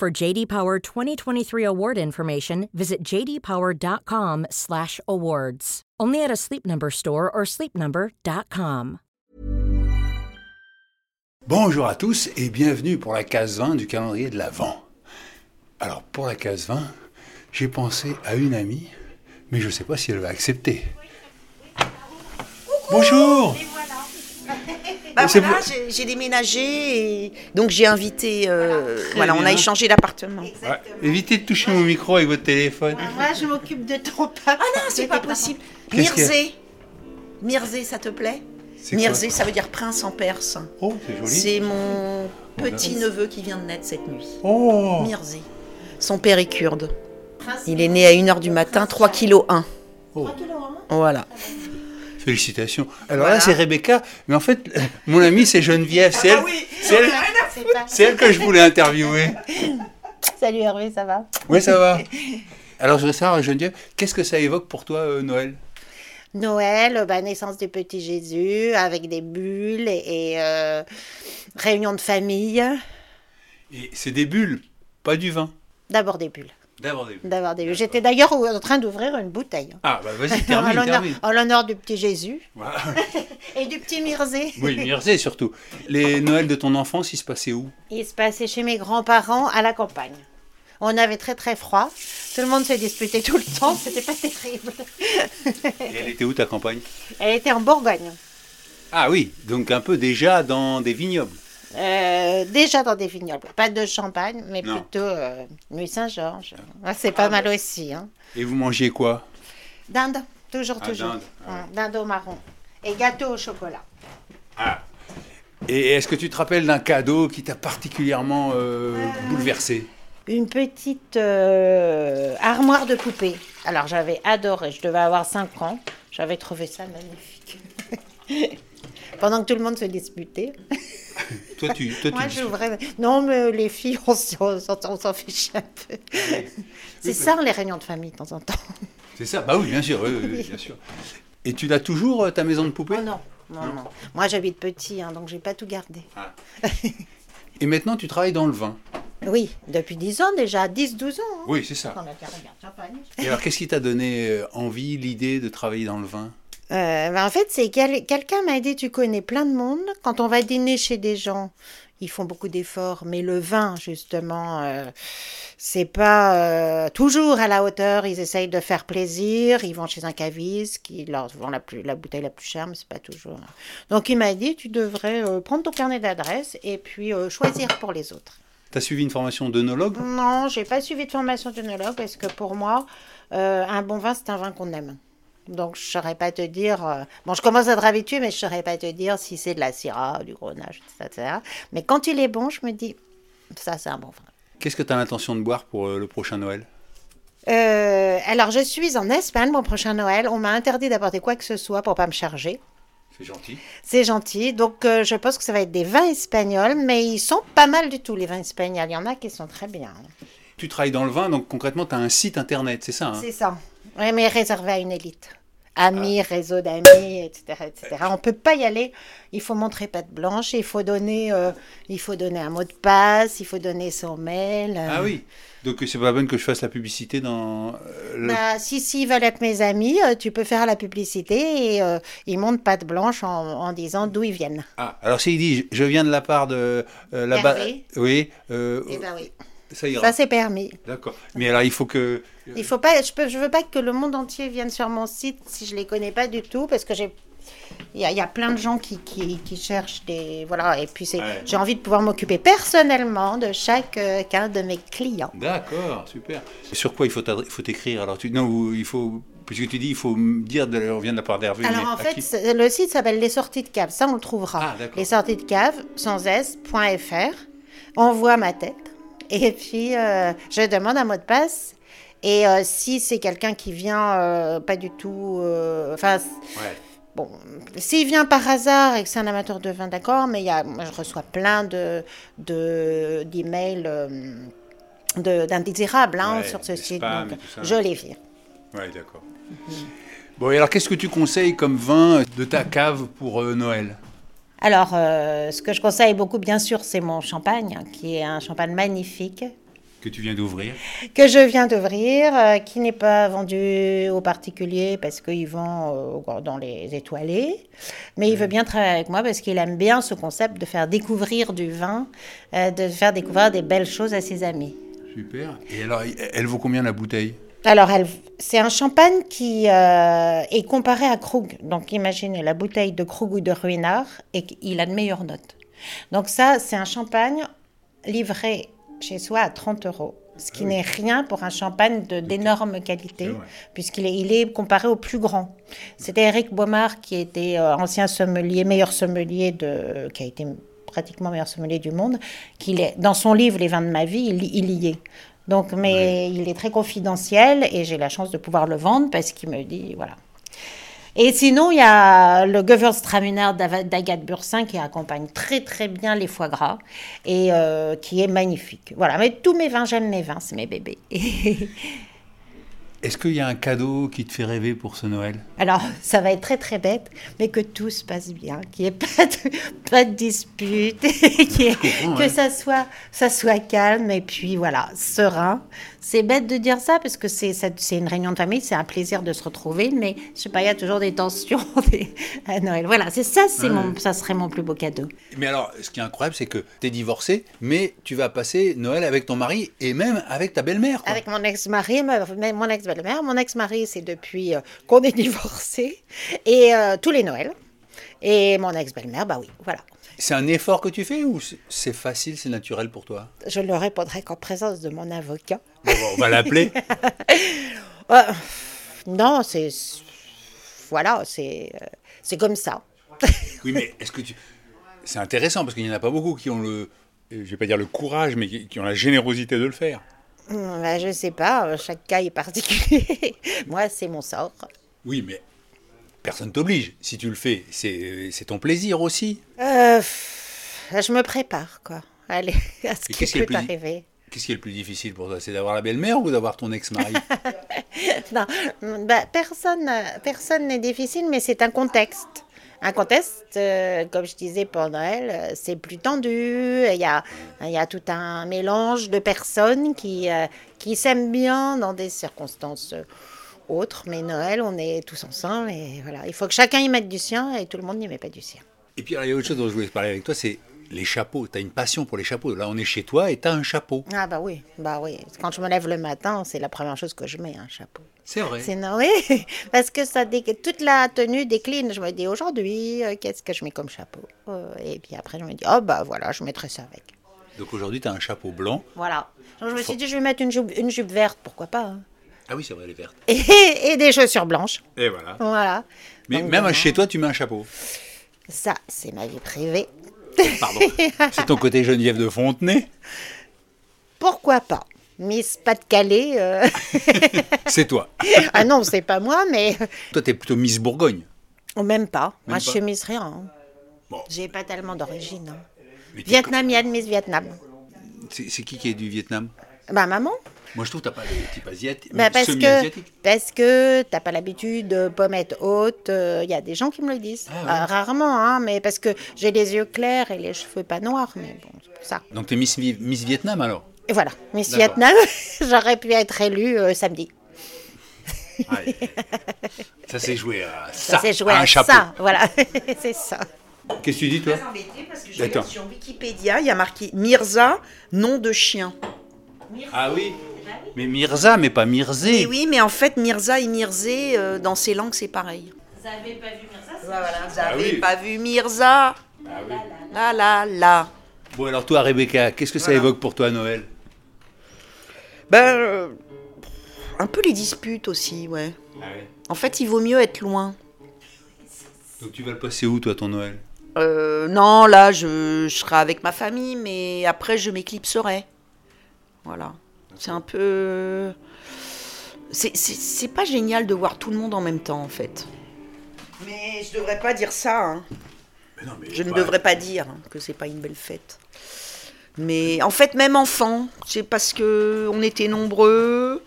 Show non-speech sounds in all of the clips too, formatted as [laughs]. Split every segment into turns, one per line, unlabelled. For JD Power 2023 award information, visit jdpower.com/awards. Only at a Sleep Number store or sleepnumber.com.
Bonjour à tous et bienvenue pour la case 20 du calendrier de l'Avent. Alors pour la case 20, j'ai pensé à une amie, mais je ne sais pas si elle va accepter. Bonjour
Bah
C'est
voilà,
vous-
j'ai- j'ai déménagé et donc j'ai invité. euh, voilà, on a
bien.
échangé l'appartement.
Ouais, Évitez de toucher mon micro avec votre téléphone.
Moi, je m'occupe de ton papa.
Ah non, c'est pas possible.
Qu'est-ce qu'il y a
Mirzé, Mirzé, ça te plaît
C'est quoi
Mirzé, ça veut dire prince en perse.
Oh, c'est joli.
C'est mon petit neveu qui vient de naître cette nuit.
Oh
Mirzé. Son père est kurde. Il est né à 1h du matin, 3 kg 1. Oh.
hein
Voilà.
Félicitations. Alors là,
Voilà.
c'est Rebecca, mais en fait, euh, mon amie, c'est Geneviève. C'est elle, c'est elle- c'est elle que je voulais interviewer.
Salut Hervé, ça va
Oui, ça
[laughs]
va. Alors, je veux savoir, Geneviève, qu'est-ce que ça évoque pour toi, euh, Noël
Noël, bah, naissance du petit Jésus, avec des bulles et, et, euh, réunion de famille.
Et c'est des bulles, pas du vin.
D'abord des bulles.
D'abord des bulles.
D'abord des bulles. J'étais d'ailleurs en train d'ouvrir une bouteille. hein.
Ah, bah vas-y,
en,
termine,
l'honneur,
termine.
en l'honneur du petit Jésus
Voilà.
et du petit Mirzé.
Oui, merci surtout. Les Noëls de ton enfance, ils se passaient où
Il se passait chez mes grands-parents à la campagne. On avait très très froid. Tout le monde se disputait tout le temps. C'était pas terrible.
Et elle était où ta campagne
Elle était en Bourgogne.
Ah oui, donc un peu déjà dans des vignobles.
Euh, déjà dans des vignobles. Pas de champagne, mais
Non. bah.
plutôt euh, Nuit Saint-Georges. Ah, c'est pas mal aussi. Hein.
Et vous mangiez quoi
Dinde, toujours,
Ah,
toujours.
dinde, ah
Hein, dinde au marron. Et gâteau au chocolat.
Ah. Et est-ce que tu te rappelles d'un cadeau qui t'a particulièrement euh, bouleversé
Une petite euh, armoire de poupée. Alors j'avais adoré, je devais avoir 5 ans. J'avais trouvé ça magnifique. [laughs] Pendant que tout le monde se disputait.
Euh, Toi, tu, toi, tu
Moi,
dis-
j'ouvrais. Non, mais les filles, on s'en- on s'en on s'en fiche un peu. C'est ça, les réunions de famille, de temps en temps.
C'est ça Bah oui, bien sûr, oui, oui, oui, bien sûr. [laughs] Et tu l'as toujours, euh, ta maison de poupée
Oh non, non, non. Moi, j'habite petit, hein, donc j'ai pas tout gardé.
Et maintenant, tu travailles dans le vin.
Oui, depuis 10 ans déjà, 10-12 ans. hein.
Oui, c'est ça.
Quand la terre regarde champagne.
Et alors, qu'est-ce qui t'a donné euh, envie, l'idée de travailler dans le vin
Euh, ben, en fait, c'est quel- quelqu'un m'a dit tu connais plein de monde. Quand on va dîner chez des gens, ils font beaucoup d'efforts, mais le vin, justement, euh, c'est pas euh, toujours à la hauteur. Ils essayent de faire plaisir. Ils vont chez un caviste qui leur vend la, plus, la bouteille la plus chère, mais c'est pas toujours. Donc, il m'a dit tu devrais euh, prendre ton carnet d'adresse et puis euh, choisir pour les autres.
T'as suivi une formation d'œnologue
Non, j'ai pas suivi de formation d'œnologue parce que pour moi, euh, un bon vin, c'est un vin qu'on aime. Donc, je saurais pas te dire. euh, Bon, je commence à être habituée, mais je saurais pas te dire si c'est de la syrah, du grenache, etc. Mais quand il est bon, je me dis, ça, c'est un bon vin.
Qu'est-ce que tu as l'intention de boire pour euh, le prochain Noël
Euh, alors, je suis en Espagne, mon prochain Noël. On m'a interdit d'apporter quoi que ce soit pour pas me charger.
C'est gentil.
C'est gentil. Donc, euh, je pense que ça va être des vins espagnols, mais ils sont pas mal du tout, les vins espagnols. Il y en a qui sont très bien.
Tu travailles dans le vin, donc concrètement, tu as un site internet, c'est ça hein
C'est ça. Oui, mais réservé à une élite.
Ah.
Amis, réseau d'amis, etc., etc. On ne peut pas y aller. Il faut montrer patte blanche, il faut donner, euh, il faut donner un mot de passe, il faut donner son mail. euh.
Ah oui Donc, c'est pas la peine que je fasse la publicité dans. euh, le-
Bah, si, si, ils veulent être mes amis, euh, tu peux faire la publicité et euh, ils montent patte blanche en, en disant d'où ils viennent.
Ah, alors s'il dit je viens de la part de euh, là-bas.
Hervé.
Oui, euh,
Eh ben oui,
ça ira.
ça c'est permis.
D'accord. Mais alors, il faut que.
Il faut pas, je, peux, je veux pas que le monde entier vienne sur mon site si je les connais pas du tout, parce que j'ai, il y, a- il y a plein de gens qui, qui, qui cherchent des, voilà, et puis c'est,
Ouais.
j'ai envie de pouvoir m'occuper personnellement de chacun de mes clients.
D'accord, super. Sur quoi il faut t'adre- il faut t'écrire alors tu... Non, ou il faut. Puisque tu dis, il faut me dire de... on vient de la part d'Hervé.
Alors
mais
en
à
fait,
qui
c'est- le site s'appelle Les Sorties de Cave, ça on le trouvera.
Ah, d'accord.
les Sorties de Cave sans s.fr. On voit ma tête. Et puis, euh, je demande un mot de passe. Et euh, si c'est quelqu'un qui vient euh, pas du tout. euh, Enfin,
Ouais.
Bon, s'il vient par hasard et que c'est un amateur de vin, d'accord, mais il y a, moi, je reçois plein de, de, d'emails euh, de- d'indésirables hein,
Ouais,
sur ce
des
site.
spams
donc
et tout ça.
je les vire.
Ouais, d'accord. Bon, et alors qu'est-ce que tu conseilles comme vin euh, de ta cave pour euh, Noël
Alors, euh, ce que je conseille beaucoup, bien sûr, c'est mon champagne, hein, qui est un champagne magnifique,
Que tu viens d'ouvrir
que je viens d'ouvrir, euh, qui n'est pas vendu aux particuliers parce qu'il vend euh, dans les étoilés. Mais il veut
Mm.
bien travailler avec moi parce qu'il aime bien ce concept de faire découvrir du vin, euh, de faire découvrir des belles choses à ses amis.
Super. Et alors, elle vaut combien la bouteille
Alors, elle- c'est un champagne qui euh, est comparé à Krug. Donc, imaginez la bouteille de Krug ou de Ruinard et il a de meilleures notes. Donc, ça, c'est un champagne livré chez soi à 30 euros. Ce
Ah
qui n'est rien pour un champagne de- d'énorme qualité,
C'est vrai.
puisqu'il est, il est comparé au plus grand. C'était Eric Baumard qui était euh, ancien sommelier, meilleur sommelier de, qui a été pratiquement meilleur sommelier du monde. Qu'il est dans son livre Les vins de ma vie, il, il y est. Donc, mais il est très confidentiel et j'ai la chance de pouvoir le vendre parce qu'il me dit voilà. Et sinon, il y a le Gewürztraminer d'Ava- d'Agathe Bursin qui accompagne très très bien les foie gras et euh, qui est magnifique. Voilà, mais tous mes vins, j'aime mes vins, c'est mes bébés. [laughs]
Est-ce qu'il y a un cadeau qui te fait rêver pour ce Noël
Alors, [laughs] ça va être très très bête, mais que tout se passe bien, qu'il n'y ait pas de, [laughs] pas de dispute, [laughs] qu'il y ait-
comprends,
que
ouais.
ça, soit, ça soit calme et puis voilà, serein. C'est bête de dire ça parce que c'est ça- c'est une réunion de famille, c'est un plaisir de se retrouver, mais je sais pas, il y a toujours des tensions [laughs] des- à Noël. Voilà, c'est ça, c'est mon, ça serait mon plus beau cadeau.
Mais alors, ce qui est incroyable, c'est que tu es divorcé, mais tu vas passer Noël avec ton mari et même avec ta belle-mère. quoi.
Avec mon ex-mari, ma- ma- mon ex-belle-mère. Mon ex-mari, c'est depuis euh, qu'on est [laughs] divorcé, et euh, tous les Noëls. Et mon ex-belle-mère, bah oui, voilà.
C'est un effort que tu fais ou c'est- c'est facile, c'est naturel pour toi
Je le répondrai qu'en présence de mon avocat.
Bon, On va l'appeler.
Euh, non, c'est. Voilà, c'est. euh, C'est comme ça.
Oui, mais est-ce que tu. C'est intéressant parce qu'il n'y en a pas beaucoup qui ont le. euh, Je vais pas dire le courage, mais qui qui ont la générosité de le faire.
Hum, bah, je sais pas, euh, chaque cas est particulier. [laughs] Moi, c'est mon sort.
Oui, mais personne t'oblige. Si tu le fais, c'est c'est ton plaisir aussi.
Euh, pff, je me prépare, quoi. Allez, à ce
Et
qui
qu'est-ce qui est le
peut
plus di-
arriver.
Qu'est-ce qui est le plus difficile pour toi C'est d'avoir la belle-mère ou d'avoir ton ex-mari
Non, hum, bah, personne euh, personne n'est difficile, mais c'est un contexte. Un contexte, euh, comme je disais pour Noël, euh, c'est plus tendu. Il y a, il y a tout un mélange de personnes qui, euh, qui s'aiment bien dans des circonstances euh, autres. Mais Noël, on est tous ensemble et voilà. Il faut que chacun y mette du sien et tout le monde n'y met pas du sien.
Et puis, alors, il y a autre chose dont je voulais te parler avec toi, c'est les chapeaux. Tu as une passion pour les chapeaux. Là, on est chez toi et tu as un chapeau.
Ah bah oui, bah oui. Quand je me lève le matin, c'est la première chose que je mets, un chapeau.
C'est vrai.
C'est Noël, [laughs] parce que ça dé- toute la tenue décline. Je me dis aujourd'hui, euh, qu'est-ce que je mets comme chapeau Euh, Et puis après, je me dis, oh bah voilà, je mettrai ça avec.
Donc aujourd'hui, tu as un chapeau blanc.
Voilà. Donc je me suis dit, je vais mettre une jupe, une jupe verte, pourquoi pas. hein. [laughs]
Ah oui, c'est vrai, elle est verte.
Et, et des chaussures blanches.
Et voilà.
Voilà.
Mais
Donc,
même
voilà.
chez toi, tu mets un chapeau.
Ça, c'est ma vie privée. [laughs]
Pardon. c'est ton côté Geneviève de Fontenay.
Pourquoi pas Miss Pas-de-Calais. euh, [laughs]
C'est toi.
ah non, c'est pas moi, mais.
toi, tu es plutôt Miss Bourgogne.
Oh, même pas. moi,
Même
je
pas.
suis Miss rien. hein.
Bon.
J'ai pas tellement d'origine. hein.
Mais t'es-
Vietnamienne, Miss Vietnam.
C'est c'est qui qui est du Vietnam
Bah, maman.
Moi, je trouve que tu pas le type asiatique.
Bah, parce que
Euh, semi-asiatique.
parce que t'as pas l'habitude de pommettes hautes. Il y a des gens qui me le disent.
Ah
Euh, rarement, hein, mais parce que j'ai les yeux clairs et les cheveux pas noirs. Mais bon, c'est pour ça.
Donc, tu es Miss, Vi- Miss Vietnam alors
Et voilà, Miss
D'accord.
Vietnam, [laughs] j'aurais pu être élue euh, samedi.
Allez. Ça s'est joué à ça.
Ça s'est joué
à
à
un chapeau.
ça. Voilà, [laughs] c'est ça.
Qu'est-ce que tu dis, toi
embêtée parce que je
Attends.
regarde sur Wikipédia, il y a marqué Mirza, nom de chien.
Ah oui Mais Mirza, mais pas Mirzé.
Et oui, mais en fait, Mirza et Mirzé, euh, dans ces langues, c'est pareil. Vous n'avez pas vu Mirza Voilà, vous n'avez
oui.
pas vu Mirza La la la.
Bon, alors toi, Rebecca, qu'est-ce que ça évoque pour toi, Noël
Ben, euh, un peu les disputes aussi, ouais.
Ah
En fait, il vaut mieux être loin.
Donc tu vas le passer où, toi, ton Noël
Euh, non, là, je, je serai avec ma famille, mais après, je m'éclipserai. Voilà. C'est un peu. C'est- C'est c'est pas génial de voir tout le monde en même temps, en fait. Mais je devrais pas dire ça. hein.
Mais non, mais
Je ne
pas-
devrais pas dire hein, que c'est pas une belle fête. Mais en fait, même enfant, c'est parce que on était nombreux.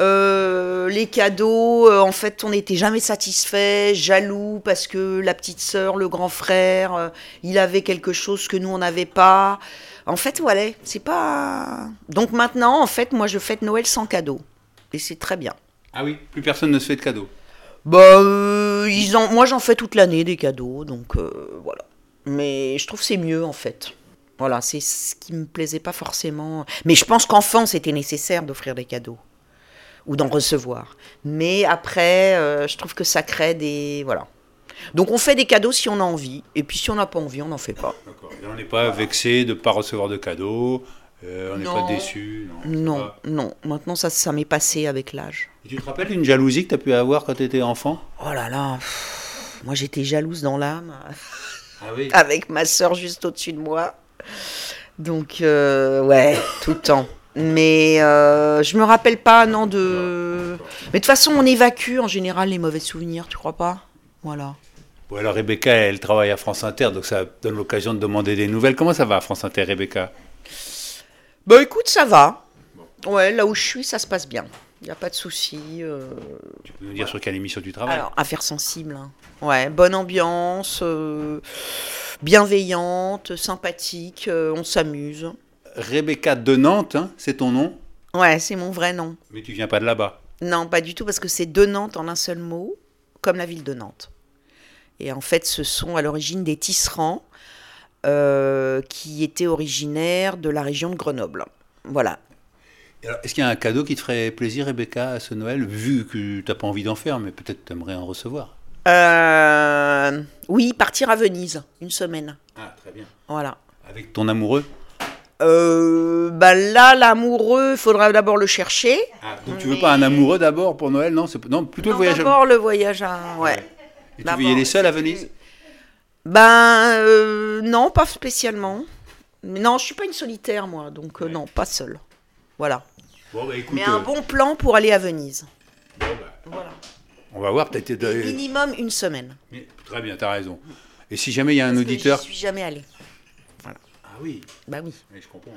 euh, les cadeaux, euh, en fait, on n'était jamais satisfait, jaloux parce que la petite sœur, le grand frère, euh, il avait quelque chose que nous on n'avait pas. En fait, voilà, c'est pas. Donc maintenant, en fait, moi, je fête Noël sans cadeau, et c'est très bien.
Ah oui, plus personne ne se fait de cadeaux.
Bah, euh, ils en... moi j'en fais toute l'année des cadeaux, donc euh, voilà. Mais je trouve que c'est mieux en fait. Voilà, c'est ce qui me plaisait pas forcément. Mais je pense qu'enfant c'était nécessaire d'offrir des cadeaux ou d'en recevoir. Mais après, euh, je trouve que ça crée des voilà. Donc on fait des cadeaux si on a envie, et puis si on n'a pas envie, on n'en fait pas.
D'accord. Et on n'est pas vexé de ne pas recevoir de cadeaux, euh, on n'est pas
Non.
déçu. Non. c'est
Non,
pas-
non. Maintenant ça, ça m'est passé avec l'âge.
Et tu te rappelles une jalousie que tu as pu avoir quand tu étais enfant
Oh là là, pff, moi j'étais jalouse dans l'âme.
Ah oui.
[laughs] avec ma sœur juste au-dessus de moi. Donc, euh, ouais, tout le temps. Mais euh, je me rappelle pas, non, de. Mais de toute façon, on évacue en général les mauvais souvenirs, tu crois pas Voilà.
Ou alors Rebecca, elle travaille à France Inter, donc ça donne l'occasion de demander des nouvelles. Comment ça va à France Inter, Rebecca
Bah écoute, ça va. Ouais, là où je suis, ça se passe bien. Il n'y a pas de souci. euh,
Tu peux nous dire sur quelle émission tu travailles
Alors, affaires sensibles. hein. Ouais, bonne ambiance, euh, bienveillante, sympathique, euh, on s'amuse.
Rebecca de Nantes, hein, c'est ton nom,
Ouais, c'est mon vrai nom.
mais tu viens pas de là-bas.
Non, pas du tout, parce que c'est de Nantes en un seul mot, comme la ville de Nantes. Et en fait, ce sont à l'origine des tisserands euh, qui étaient originaires de la région de Grenoble. Voilà.
Et alors, Est-ce qu'il y a un cadeau qui te ferait plaisir, Rebecca, à ce Noël, vu que t'as pas envie d'en faire, mais peut-être t'aimerais en recevoir
Euh, oui, partir à Venise, une semaine.
Ah, très bien.
Voilà.
Avec ton amoureux
Euh, bah là, l'amoureux, faudra d'abord le chercher.
Ah, donc tu veux pas un amoureux d'abord pour Noël Non, c'est non plutôt
Non,
le voyage.
D'abord le voyage à... Ouais.
Et tu
d'abord,
veux y aller seul à
c'est
Venise
Ben euh, non, pas spécialement. Mais non, je suis pas une solitaire moi, donc euh, non, pas seule. Voilà.
Bon, bah écoute,
Mais un
euh,
bon plan pour aller à Venise.
on va voir, peut-être. euh,
Minimum une semaine.
mais- Très bien, t'as raison. Et si jamais il y a un
Parce que
auditeur.
j'y suis jamais allée.
Ah oui,
Bah oui.
Oui, je comprends.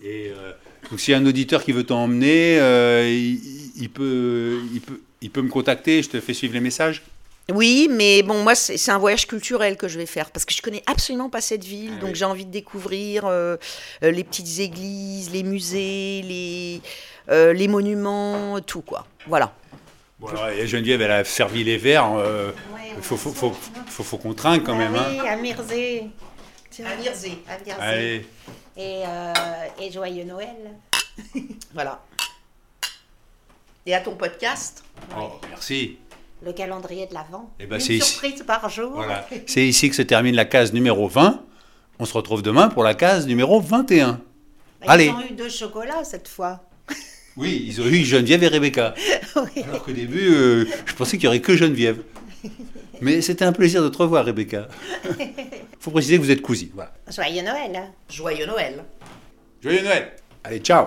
Et euh, donc, s'il y a un auditeur qui veut t'emmener, euh, il, il peut, il, peut, il peut me contacter, je te fais suivre les messages.
Oui, mais bon, moi, c'est c'est un voyage culturel que je vais faire parce que je connais absolument pas cette ville,
Ah
donc
oui.
j'ai envie de découvrir euh, euh, les petites églises, les musées, les, euh, les monuments, tout quoi. Voilà.
Bon, alors, et Geneviève, elle a servi les verres. euh, faut, faut, faut, faut- faut qu'on trinque quand même.
Ah
hein.
oui, à Mirzé. Tiens,
À Mirzé.
à Mirzé.
Allez,
Et, euh, et joyeux Noël.
Voilà. Et à ton podcast
Oh, merci.
Le calendrier de l'Avent.
Eh ben,
Une
c'est ici.
surprise par jour.
Voilà. C'est ici que se termine la case numéro 20. On se retrouve demain pour la case numéro 21.
Bah,
Allez.
Ils ont eu deux chocolats cette fois.
Oui, ils ont eu Geneviève et
[laughs]
Rebecca. Alors qu'au début, euh, je pensais qu'il n'y aurait que Geneviève. Mais c'était un plaisir de te revoir,
[laughs]
Rebecca. faut préciser que vous êtes cousine. Voilà.
Joyeux Noël. hein.
Joyeux Noël
Joyeux Noël Allez, ciao